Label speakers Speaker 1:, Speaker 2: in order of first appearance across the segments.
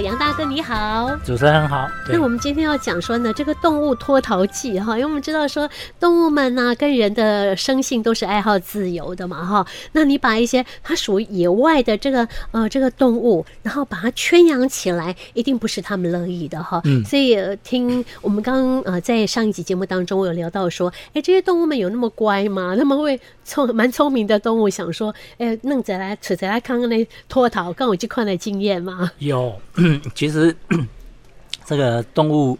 Speaker 1: 杨大哥你好，
Speaker 2: 主持人好。对
Speaker 1: 那我们今天要讲说呢，这个动物脱逃记哈，因为我们知道说动物们呢、跟人的生性都是爱好自由的嘛哈。那你把一些它属于野外的这个呃这个动物，然后把它圈养起来，一定不是他们乐意的哈。
Speaker 2: 嗯
Speaker 1: 所以、呃听我们刚刚呃在上一集节目当中，我有聊到说，哎，这些动物们有那么乖吗？ 他们会聪蛮聪明的动物，想说，哎，弄着来扯着来看看那脱逃，刚我去看的经验
Speaker 2: 嗯
Speaker 1: 嘛。
Speaker 2: 有， 其实这个动物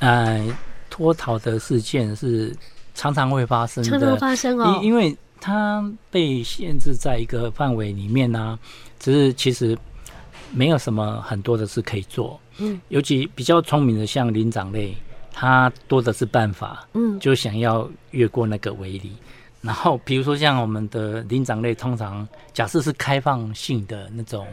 Speaker 2: 呃脱逃的事件是常常会发生的，
Speaker 1: 常常发生哦
Speaker 2: 因。因为它被限制在一个范围里面呢、只是其实没有什么很多的事可以做。
Speaker 1: 嗯，
Speaker 2: 尤其比较聪明的，像灵长类，它多的是办法，
Speaker 1: 嗯
Speaker 2: 就想要越过那个围篱。然后，比如说像我们的灵长类，通常假设是开放性的那种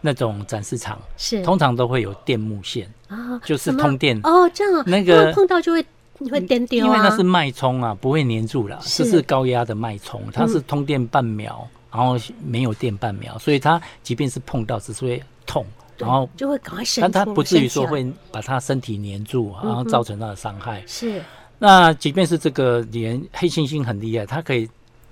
Speaker 2: 那种展示场，
Speaker 1: 是
Speaker 2: 通常都会有电木线，
Speaker 1: 啊，
Speaker 2: 就是
Speaker 1: 什么
Speaker 2: 通电
Speaker 1: 哦，这样啊
Speaker 2: 那个
Speaker 1: 那碰到就会你会颠丢啊，
Speaker 2: 因为那是脉冲啊，不会粘住啦，
Speaker 1: 是嗯
Speaker 2: 这是高压的脉冲，它是通电半秒，然后没有电半秒，所以它即便是碰到，只是会痛，
Speaker 1: 对
Speaker 2: 然后
Speaker 1: 就会赶快伸出，啊
Speaker 2: 但它不至于
Speaker 1: 伸起来
Speaker 2: 说会把它身体粘住，啊
Speaker 1: 嗯
Speaker 2: 然后造成它的伤害。
Speaker 1: 是
Speaker 2: 那即便是这个连黑猩猩很厉害，它可以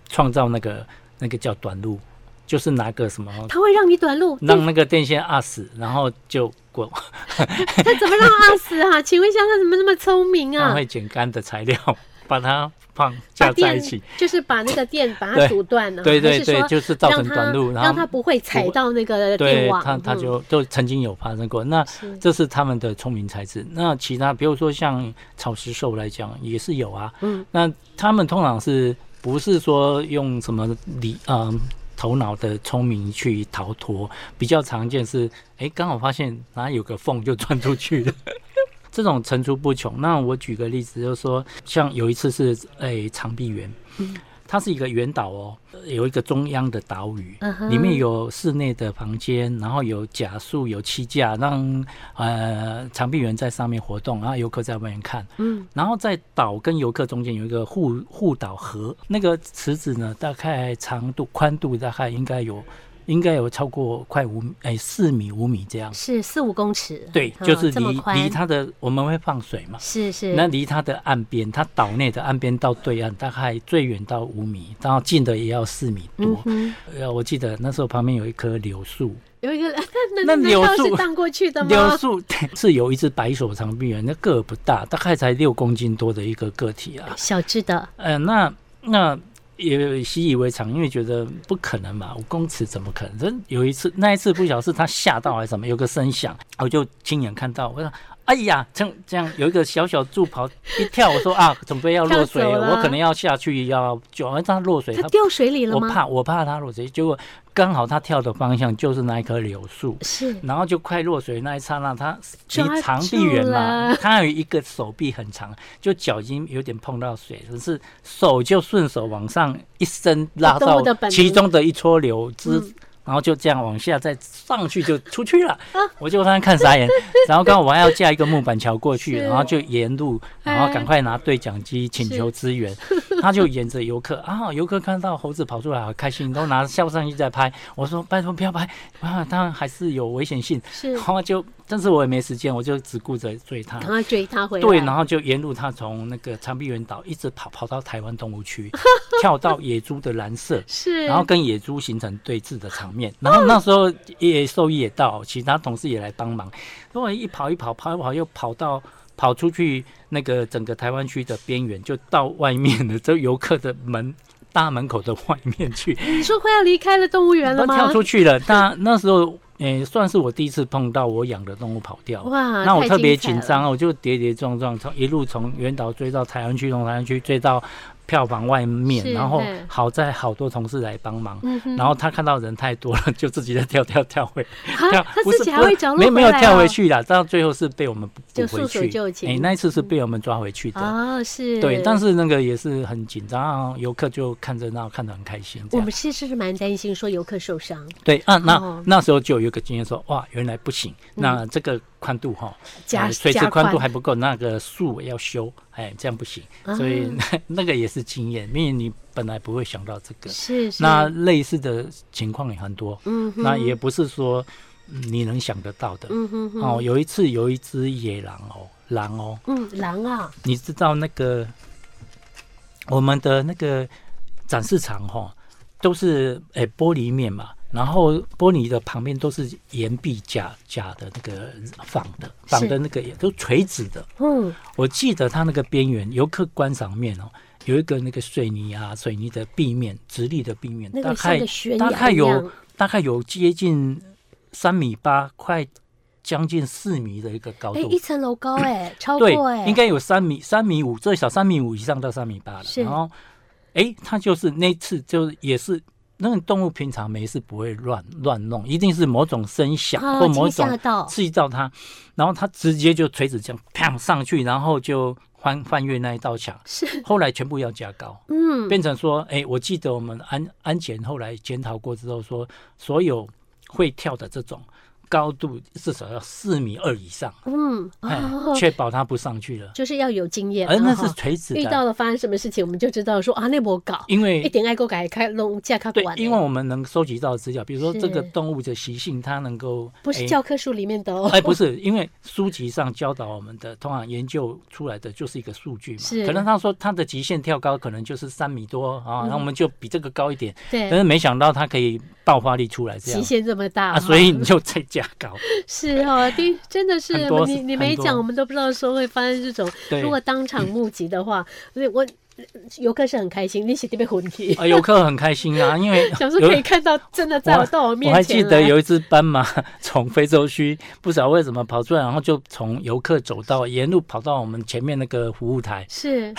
Speaker 2: 创造那个那个叫短路，就是拿个什么。
Speaker 1: 它会让你短路，
Speaker 2: 让那个电线压死，然后就滚，
Speaker 1: 它它怎么让它死啊？ 请问一下，它怎么那么聪明
Speaker 2: 它
Speaker 1: 啊
Speaker 2: 会？剪干的材料把它放
Speaker 1: 把
Speaker 2: 架在
Speaker 1: 电
Speaker 2: 一起，
Speaker 1: 就是把那个电把它
Speaker 2: 对
Speaker 1: 阻断了，
Speaker 2: 对对
Speaker 1: 还是说
Speaker 2: 对就是造成
Speaker 1: 让它
Speaker 2: 短路然后
Speaker 1: 让它不会踩
Speaker 2: 不会
Speaker 1: 到那个电
Speaker 2: 对
Speaker 1: 网，
Speaker 2: 他他
Speaker 1: 嗯
Speaker 2: 就都曾经有发生过。那
Speaker 1: 是
Speaker 2: 这是他们的聪明才智。那其他比如说像草食兽来讲也是有啊。
Speaker 1: 嗯，
Speaker 2: 那他们通常是不是说用什么理嗯、头脑的聪明去逃脱？比较常见是哎，刚好发现哪有个缝就钻出去了。这种层出不穷。那我举个例子，就是说，像有一次是诶长臂猿，
Speaker 1: 嗯
Speaker 2: 它是一个圆岛哦，有一个中央的岛屿，
Speaker 1: 嗯哼
Speaker 2: 里面有室内的房间，然后有假树，有栖架，让呃长臂猿在上面活动，然后游客在外面看。
Speaker 1: 嗯
Speaker 2: 然后在岛跟游客中间有一个护护岛河，那个池子呢，大概长度宽度大概应该有应该有超过快五哎四米五米这样。
Speaker 1: 是四五公尺，
Speaker 2: 对，
Speaker 1: 嗯
Speaker 2: 就是
Speaker 1: 这么
Speaker 2: 离
Speaker 1: 宽
Speaker 2: 离它的我们会放水嘛，
Speaker 1: 是是
Speaker 2: 那离它的岸边，它岛内的岸边到对岸大概最远到五米，然后近的也要四米
Speaker 1: 嗯
Speaker 2: 多。
Speaker 1: 哼，
Speaker 2: 呃，我记得那时候旁边有一棵柳树，
Speaker 1: 有一个 那
Speaker 2: 那
Speaker 1: 难
Speaker 2: 柳
Speaker 1: 道是
Speaker 2: 树
Speaker 1: 荡过去的
Speaker 2: 柳
Speaker 1: 吗？
Speaker 2: 树 是有一只白手长臂猿，那个不大，大概才六公斤多的一个个体啊。
Speaker 1: 小只的，
Speaker 2: 呃，那那也习以为常，因为觉得不可能嘛，五公尺怎么可能？真有一次，那一次不晓得是他吓到还是什么，有个声响，我就亲眼看到，我说。哎呀，这样这样有一个小小助跑一跳，我说啊，准备要落水
Speaker 1: 跳走
Speaker 2: 了，
Speaker 1: 了
Speaker 2: 我可能要下去要救，因为他落水，
Speaker 1: 它
Speaker 2: 他
Speaker 1: 掉水里了
Speaker 2: 我
Speaker 1: 吗？
Speaker 2: 怕我怕他落水，结果刚好他跳的方向就是那一棵柳树，
Speaker 1: 是
Speaker 2: 然后就快落水那一刹那，他
Speaker 1: 抓
Speaker 2: 离长臂猿
Speaker 1: 住
Speaker 2: 嘛
Speaker 1: 了，
Speaker 2: 他有一个手臂很长，就脚已经有点碰到水，只是手就顺手往上一伸，拉
Speaker 1: 动
Speaker 2: 到
Speaker 1: 物的本能
Speaker 2: 其中的一撮柳枝。
Speaker 1: 嗯
Speaker 2: 然后就这样往下，再上去就出去了。
Speaker 1: 啊
Speaker 2: 我就刚看傻眼，然后刚好我还要架一个木板桥过去，
Speaker 1: 是
Speaker 2: 然后就沿路，然后赶快拿对讲机请求支援。 他就沿着游客啊，游客看到猴子跑出来，好开心，都拿照相机在拍。我说拜托不要拍， 啊，当然还是有危险性。
Speaker 1: 是啊
Speaker 2: 然，后就，但是我也没时间，我就只顾着追它
Speaker 1: 赶。快追它回来。
Speaker 2: 对，然后就沿路它从那个长臂猿岛一直跑跑到台湾动物区，跳到野猪的蓝色，
Speaker 1: 是，
Speaker 2: 然后跟野猪形成对峙的场面。然后那时候也兽医也到，其他同事也来帮忙。然后一跑一跑，跑一跑又跑到跑出去那个整个台湾区的边缘，就到外面的这游客的门大门口的外面去，
Speaker 1: 你说快要离开了动物园了
Speaker 2: 都
Speaker 1: 吗？
Speaker 2: 跳出去了。那那时候。诶、算是我第一次碰到我养的动物跑掉。
Speaker 1: 哇，
Speaker 2: 哦那我
Speaker 1: 太
Speaker 2: 特别
Speaker 1: 精彩
Speaker 2: 紧
Speaker 1: 了，
Speaker 2: 张，我就跌跌撞撞，从一路从原岛追到台湾区，从台湾区追到票房外面
Speaker 1: 是，
Speaker 2: 然后
Speaker 1: 嗯
Speaker 2: 好在好多同事来帮忙。
Speaker 1: 嗯哼，
Speaker 2: 然后他看到人太多了， 就自己在跳跳跳回，跳
Speaker 1: 啊他
Speaker 2: 不
Speaker 1: 自
Speaker 2: 是
Speaker 1: 己还
Speaker 2: 不是
Speaker 1: 会着陆
Speaker 2: 没没
Speaker 1: 回
Speaker 2: 有
Speaker 1: 来
Speaker 2: 跳
Speaker 1: 哦
Speaker 2: 回去啦，到最后是被我们补
Speaker 1: 就
Speaker 2: 回
Speaker 1: 束手
Speaker 2: 去。
Speaker 1: 就擒
Speaker 2: 哎，那一次是被我们抓回去的，
Speaker 1: 哦，是，
Speaker 2: 对，但。是那个也是很紧张，然后游客就看热闹，看得很开心。
Speaker 1: 我
Speaker 2: 这样。
Speaker 1: 们其实是蛮担心说游客受伤，
Speaker 2: 对啊，那、
Speaker 1: 哦嗯
Speaker 2: 那时候就有一个经验说，哇，原来不行，那这个宽度哈，
Speaker 1: 加
Speaker 2: 呃水
Speaker 1: 加
Speaker 2: 池
Speaker 1: 宽
Speaker 2: 宽度还不够，那个树要修，哎，这样不行，
Speaker 1: 啊
Speaker 2: 所以、 那个也是经验，因为你本来不会想到这个，
Speaker 1: 是是，
Speaker 2: 那类似的情况也很多，
Speaker 1: 嗯哼，
Speaker 2: 那也不是说。嗯你能想得到的。
Speaker 1: 嗯哼哼，
Speaker 2: 哦，有一次有一只野狼哦，狼哦，
Speaker 1: 嗯，狼啊，
Speaker 2: 你知道那个我们的那个展示场哈、都是诶、玻璃面嘛，然后玻璃的旁边都是岩壁架架的那个仿的仿的那个也都垂直的。
Speaker 1: 嗯，
Speaker 2: 我记得它那个边缘游客观赏面哦，有一个那个水泥啊水泥的壁面直立的壁面，
Speaker 1: 那
Speaker 2: 大
Speaker 1: 个像
Speaker 2: 概
Speaker 1: 个悬
Speaker 2: 大
Speaker 1: 崖
Speaker 2: 概
Speaker 1: 一样
Speaker 2: 有，大概有接近三米八，快将近四米的一个高
Speaker 1: 哎，
Speaker 2: 度。
Speaker 1: 一层楼高哎，超
Speaker 2: 对
Speaker 1: 过，哎，
Speaker 2: 应该有三米，三米五，最少三米五以上到三米八了。
Speaker 1: 是
Speaker 2: 然后，哎，它就是那次就是也是那个动物平常没事不会乱乱弄，一定是某种声响、
Speaker 1: 啊
Speaker 2: 或某
Speaker 1: 惊吓
Speaker 2: 种
Speaker 1: 到
Speaker 2: 刺激到它，然后它直接就垂直这样砰上去，然后就翻翻越那一道墙。
Speaker 1: 是，
Speaker 2: 后来全部要加高，
Speaker 1: 嗯，
Speaker 2: 变成说，哎、我记得我们安安检后来检讨过之后说，所有会跳的这种高度至少要四米二以上，
Speaker 1: 嗯，
Speaker 2: 哎、
Speaker 1: 哦，
Speaker 2: 确保它不上去了。
Speaker 1: 就是要有经验，啊
Speaker 2: 而那是
Speaker 1: 哈
Speaker 2: 垂直
Speaker 1: 遇
Speaker 2: 的，
Speaker 1: 到了发生什么事情，我们就知道说啊，那我搞，
Speaker 2: 因
Speaker 1: 一
Speaker 2: 为
Speaker 1: 点爱国改开弄架开欸
Speaker 2: 对
Speaker 1: 管，，
Speaker 2: 因为我们能收集到的资料，比如说
Speaker 1: 是
Speaker 2: 这个动物的习性，它能够
Speaker 1: 不是
Speaker 2: 哎
Speaker 1: 教科书里面的哦，
Speaker 2: 哎，不是，因为书籍上教导我们的，通常研究出来的就是一个数据嘛
Speaker 1: 是。
Speaker 2: 可能他说他的极限跳高可能就是三米多啊，那、我们就比这个高一点，但
Speaker 1: 嗯对，
Speaker 2: 是没想到它可以爆发力出来这
Speaker 1: 极
Speaker 2: 样
Speaker 1: 限这么大
Speaker 2: 嗯
Speaker 1: 哦
Speaker 2: 啊，所以你就再加高。
Speaker 1: 是哦，第真的是
Speaker 2: 很多
Speaker 1: 你你没
Speaker 2: 很多
Speaker 1: 讲，我们都不知道说会发生这种。
Speaker 2: 对
Speaker 1: 如，果当场目击的话，那我呃游客是很开心，你是特别混 体，
Speaker 2: 啊，游客很开心啊，因为
Speaker 1: 想说
Speaker 2: 有
Speaker 1: 可以看到真的在我
Speaker 2: 我
Speaker 1: 到我面前
Speaker 2: 我还记得
Speaker 1: 来
Speaker 2: 有一只斑马 从非洲区不知道为什么跑出来，然后就从游客走道沿路跑到我们前面那个服务台，
Speaker 1: 是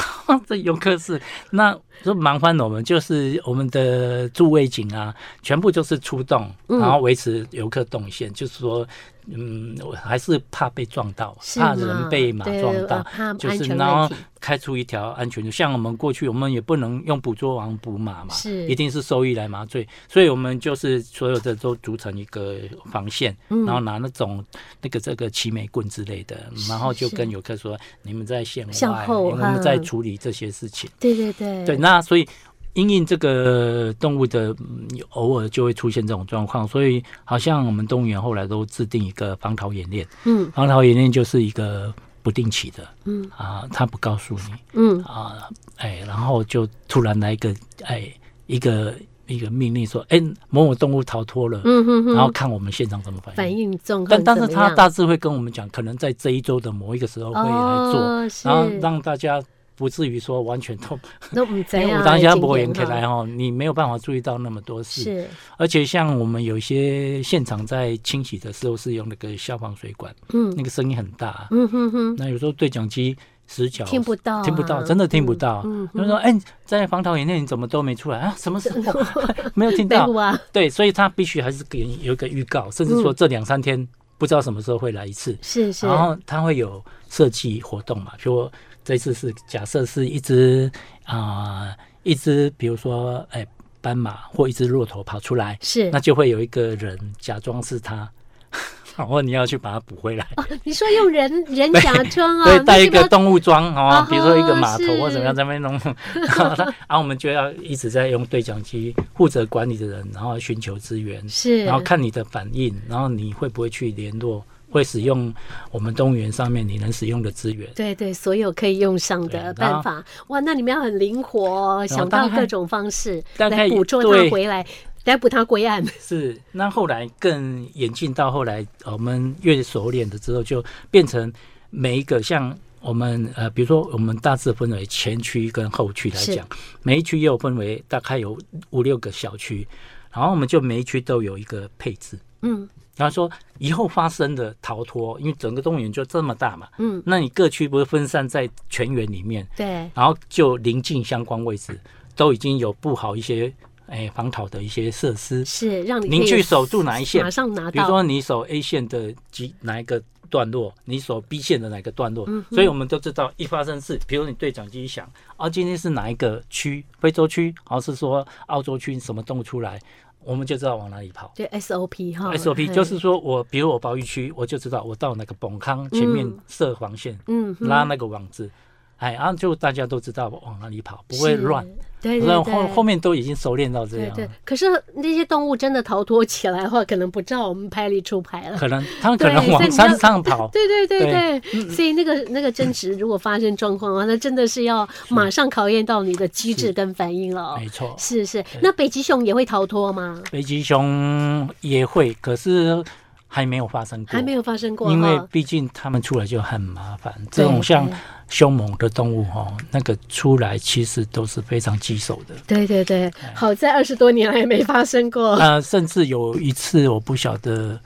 Speaker 2: 这游客是那就蛮欢我们，就是我们的驻卫警啊，全部就是出动，
Speaker 1: 嗯
Speaker 2: 然后维持游客动线，就是说，嗯，我还是怕被撞到，
Speaker 1: 是
Speaker 2: 怕
Speaker 1: 吗
Speaker 2: 人被马
Speaker 1: 对
Speaker 2: 撞
Speaker 1: 呃
Speaker 2: 到。
Speaker 1: 怕安
Speaker 2: 就
Speaker 1: 全
Speaker 2: 是
Speaker 1: 问
Speaker 2: 然后
Speaker 1: 题，
Speaker 2: 开出一条安全路，像我们过去，我们也不能用捕捉网捕马嘛，
Speaker 1: 是
Speaker 2: 一定是收益来麻醉，所以我们就是所有的都组成一个防线，
Speaker 1: 嗯
Speaker 2: 然后拿那种那个这个齐眉棍之类的，然后就跟游客说，你们在线
Speaker 1: 向
Speaker 2: 外，
Speaker 1: 后
Speaker 2: 我们在
Speaker 1: 嗯
Speaker 2: 处理这些事情。
Speaker 1: 对对对
Speaker 2: 对，那所以因应这个动物的、嗯偶尔就会出现这种状况，所以好像我们动物园后来都制定一个防逃演练，
Speaker 1: 嗯
Speaker 2: 防逃演练就是一个不定期的
Speaker 1: 嗯
Speaker 2: 啊，他不告诉你
Speaker 1: 嗯，
Speaker 2: 啊，哎，然后就突然来一个哎一个一个命令说，哎，某某动物逃脱了，
Speaker 1: 嗯哼哼，
Speaker 2: 然后看我们现场怎么反应。
Speaker 1: 反应状况
Speaker 2: 但
Speaker 1: 怎么
Speaker 2: 但
Speaker 1: 样，
Speaker 2: 是他大致会跟我们讲，可能在这一周的某一个时候会来做，
Speaker 1: 哦、
Speaker 2: 然后
Speaker 1: 是
Speaker 2: 让大家不至于说完全 都
Speaker 1: 都唔知
Speaker 2: 因为
Speaker 1: 啊，
Speaker 2: 有当下博
Speaker 1: 演
Speaker 2: 演起来哦，你没有办法注意到那么多事。
Speaker 1: 是，
Speaker 2: 而且像我们有一些现场在清洗的时候是用那个消防水管，
Speaker 1: 嗯
Speaker 2: 那个声音很大。啊
Speaker 1: 嗯哼哼，
Speaker 2: 那有时候对讲机死角
Speaker 1: 听不到啊、
Speaker 2: 听不到，真的听不到。
Speaker 1: 嗯，
Speaker 2: 他们说：“哎、在防逃演练你怎么都没出来啊？什么时候 没有听
Speaker 1: 没
Speaker 2: 到
Speaker 1: 有？啊，
Speaker 2: 对，所以他必须还是给你有一个预告，甚至说这两三天不知道什么时候会来一次。
Speaker 1: 嗯是是，
Speaker 2: 然后它会有设计活动嘛，比如这次是假设是一只啊、一只比如说哎、斑马或一只骆驼跑出来，
Speaker 1: 是
Speaker 2: 那就会有一个人假装是它， 然后你要去把它捕回来，
Speaker 1: 哦，你说用人 人假装啊，
Speaker 2: 对，
Speaker 1: 那
Speaker 2: 带一
Speaker 1: 是不是
Speaker 2: 个
Speaker 1: 要
Speaker 2: 动物装哦
Speaker 1: 啊，
Speaker 2: 比如说一个码头
Speaker 1: 是
Speaker 2: 或怎么样在那 边弄，然后它然后我们就要一直在用对讲机负责管理的人，然后寻求资源，
Speaker 1: 是，
Speaker 2: 然后看你的反应，然后你会不会去联络，会使用我们动物园上面你能使用的资源。
Speaker 1: 对对，所有可以用上的
Speaker 2: 对
Speaker 1: 办
Speaker 2: 然后
Speaker 1: 法，哇，那你们要很灵活哦、想
Speaker 2: 大
Speaker 1: 到各
Speaker 2: 概
Speaker 1: 种方式
Speaker 2: 大
Speaker 1: 来
Speaker 2: 概
Speaker 1: 捕捉它
Speaker 2: 对
Speaker 1: 回来，来捕它归案。
Speaker 2: 是，那后来更演进到后来，呃我们越熟练了之后，就变成每一个像我们呃，比如说我们大致分为前区跟后区来
Speaker 1: 是
Speaker 2: 讲，每一区又分为大概有五六个小区，然后我们就每一区都有一个配置。
Speaker 1: 嗯
Speaker 2: 然后说以后发生的逃脱，因为整个动物园就这么大嘛，
Speaker 1: 嗯，
Speaker 2: 那你各区不是分散在全园里面，
Speaker 1: 对，
Speaker 2: 然后就临近相关位置都已经有布好一些哎防逃的一些设施，
Speaker 1: 是让你
Speaker 2: 您
Speaker 1: 可以
Speaker 2: 去守住哪一线
Speaker 1: 马上拿
Speaker 2: 比如
Speaker 1: 啊到。
Speaker 2: 说你守 A 线的几哪一个段落，你守 B 线的哪个段落，
Speaker 1: 嗯
Speaker 2: 所以我们都知道一发生事，比如你对讲机一响，啊，今天是哪一个区，非洲区，还是说澳洲区什么动物出来，我们就知道往哪里跑。
Speaker 1: 对 SOP 哈
Speaker 2: SOP 就是说我，比如我保育区，我就知道我到哪个崩康前面
Speaker 1: 嗯
Speaker 2: 设黄线，
Speaker 1: 嗯，
Speaker 2: 拉那个网子，哎，然、啊、后就大家都知道往哪里跑，不会
Speaker 1: 是
Speaker 2: 乱。，
Speaker 1: 嗯对对
Speaker 2: 然后
Speaker 1: 对，
Speaker 2: 后后面都已经熟练到这
Speaker 1: 对
Speaker 2: 样
Speaker 1: 对
Speaker 2: 了，。
Speaker 1: 可是那些动物真的逃脱起来的话，可能不照我们拍里出牌了。
Speaker 2: 可能他们可能
Speaker 1: 对所以
Speaker 2: 往
Speaker 1: 你要，
Speaker 2: 山上跑
Speaker 1: 对对对对，
Speaker 2: 嗯
Speaker 1: 所以那个那个争执如果发生状况的话，那真的是要马上考验到你的机智跟反应了哦。
Speaker 2: 没错。
Speaker 1: 是是，那北极熊也会逃脱吗？
Speaker 2: 北极熊也会，可是还没有发生过，
Speaker 1: 还没有发生过啊
Speaker 2: 因为
Speaker 1: 哈。
Speaker 2: 毕竟他们出来就很麻烦。
Speaker 1: 对
Speaker 2: 这种像
Speaker 1: 对
Speaker 2: 凶猛的动物哦，那个出来其实都是非常棘手的。
Speaker 1: 对对对，
Speaker 2: 哎
Speaker 1: 好在二十多年来没发生过。
Speaker 2: 呃，甚至有一次我不晓得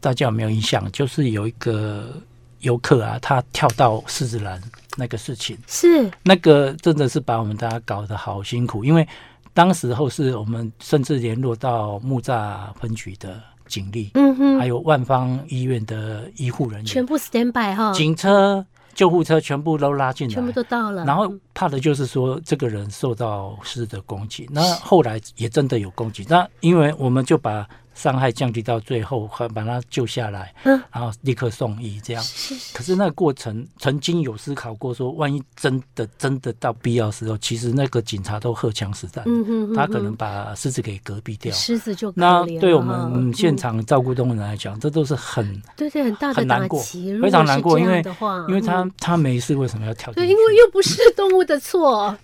Speaker 2: 大家有没有印象，就是有一个游客啊，他跳到狮子栏那个事情，
Speaker 1: 是
Speaker 2: 那个真的是把我们大家搞得好辛苦，因为当时候是我们甚至联络到木栅分局的警力，
Speaker 1: 嗯哼，
Speaker 2: 还有万方医院的医护人
Speaker 1: 全
Speaker 2: 员、
Speaker 1: 部 stand by 哈，
Speaker 2: 警车、救护车全部都拉进
Speaker 1: 全部
Speaker 2: 来。
Speaker 1: 都到了。
Speaker 2: 然后怕的就是说这个人受到狮子的攻击，那后来也真的有攻击。那因为我们就把伤害降低到最后，还把他救下来，
Speaker 1: 嗯
Speaker 2: 然后立刻送医这样。
Speaker 1: 是是
Speaker 2: 可是那个过程曾经有思考过说，万一真的真的到必要时候，其实那个警察都荷枪实弹，
Speaker 1: 嗯哼嗯哼
Speaker 2: 他可能把狮子给隔壁掉。
Speaker 1: 狮子就可
Speaker 2: 那
Speaker 1: 怜啊嗯
Speaker 2: 对
Speaker 1: 了
Speaker 2: 我
Speaker 1: 哈
Speaker 2: 们现场照顾动物人来讲，这都是很
Speaker 1: 嗯对啊对很大的
Speaker 2: 很
Speaker 1: 打
Speaker 2: 难过，
Speaker 1: 击，如果
Speaker 2: 非常
Speaker 1: 是
Speaker 2: 难
Speaker 1: 这
Speaker 2: 过，因
Speaker 1: 样
Speaker 2: 为
Speaker 1: 的话
Speaker 2: 因为
Speaker 1: 嗯
Speaker 2: 他他没事，为什么要跳进
Speaker 1: 对，
Speaker 2: 去？
Speaker 1: 因为又不是动物的错 哦，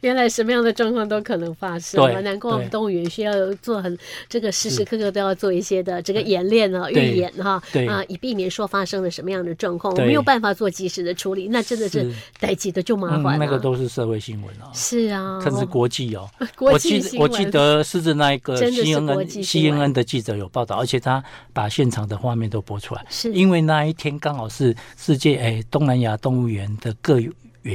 Speaker 1: 原来什么样的状况都可能发生啊！
Speaker 2: 对
Speaker 1: 难怪我们
Speaker 2: 对
Speaker 1: 动物园需要有做很这个时时刻刻都要做一些的这个演练啊、
Speaker 2: 对
Speaker 1: 预演哈
Speaker 2: 对
Speaker 1: 啊，以避免说发生了什么样的状况，我
Speaker 2: 对
Speaker 1: 没有办法做及时的处理，那真的是
Speaker 2: 是
Speaker 1: 逮起的就麻烦
Speaker 2: 嗯
Speaker 1: 了。啊
Speaker 2: 那个都是社会新闻啊，
Speaker 1: 是啊，
Speaker 2: 甚至
Speaker 1: 哦
Speaker 2: 国际哦。
Speaker 1: 国
Speaker 2: 我
Speaker 1: 际
Speaker 2: 记得
Speaker 1: 新
Speaker 2: 我
Speaker 1: 闻
Speaker 2: 记得狮子那一个
Speaker 1: 真的是国
Speaker 2: CNN
Speaker 1: 际新闻
Speaker 2: CNN 的记者有报道，而且他把现场的画面都播出来，
Speaker 1: 是
Speaker 2: 因为那一天刚好是世界哎东南亚动物园的各园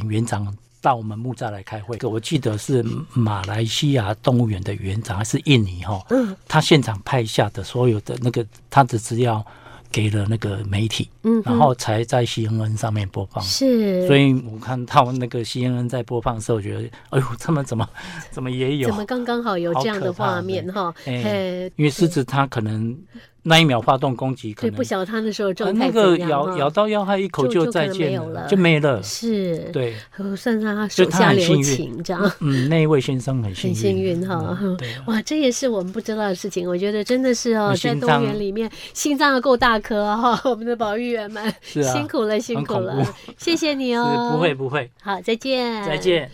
Speaker 2: 园长。到我们木栅来开会，我记得是马来西亚动物园的园长还是印尼哈，
Speaker 1: 嗯
Speaker 2: 他现场拍下的所有的那个他的资料给了那个媒体，
Speaker 1: 嗯哼，
Speaker 2: 然后才在 CNN 上面播放。
Speaker 1: 是
Speaker 2: 所以我看到那个 CNN 在播放的时候，我觉得，哎呦，他们怎么怎么也有
Speaker 1: 怎？么刚刚好有
Speaker 2: 好
Speaker 1: 这样
Speaker 2: 可
Speaker 1: 的
Speaker 2: 怕
Speaker 1: 画面哈？
Speaker 2: 哎
Speaker 1: 嘿
Speaker 2: 因为狮子它可能那一秒发动攻击，可
Speaker 1: 对，
Speaker 2: 能
Speaker 1: 不晓得他那时候
Speaker 2: 呃
Speaker 1: 状态
Speaker 2: 那
Speaker 1: 怎
Speaker 2: 个
Speaker 1: 样啊
Speaker 2: 咬
Speaker 1: 哈
Speaker 2: 咬到要害一口
Speaker 1: 就就可
Speaker 2: 再
Speaker 1: 能没
Speaker 2: 见
Speaker 1: 有了
Speaker 2: 就没了。
Speaker 1: 是，
Speaker 2: 对，
Speaker 1: 呃算是他
Speaker 2: 就
Speaker 1: 手
Speaker 2: 他
Speaker 1: 下
Speaker 2: 很幸
Speaker 1: 留
Speaker 2: 运
Speaker 1: 情这样。
Speaker 2: 嗯，那一位先生很
Speaker 1: 很
Speaker 2: 幸运，
Speaker 1: 幸运哈、
Speaker 2: 嗯对啊，
Speaker 1: 哇，这也是我们不知道的事情。我觉得真的是哦，
Speaker 2: 那
Speaker 1: 在
Speaker 2: 心
Speaker 1: 动物园
Speaker 2: 脏
Speaker 1: 里面，心脏要够大颗哈、 我们的保育员们、
Speaker 2: 是啊
Speaker 1: 辛苦了，辛
Speaker 2: 很
Speaker 1: 苦
Speaker 2: 恐
Speaker 1: 了
Speaker 2: 怖，
Speaker 1: 谢谢你
Speaker 2: 是
Speaker 1: 哦，
Speaker 2: 不会，不会，
Speaker 1: 好，再见，
Speaker 2: 再见。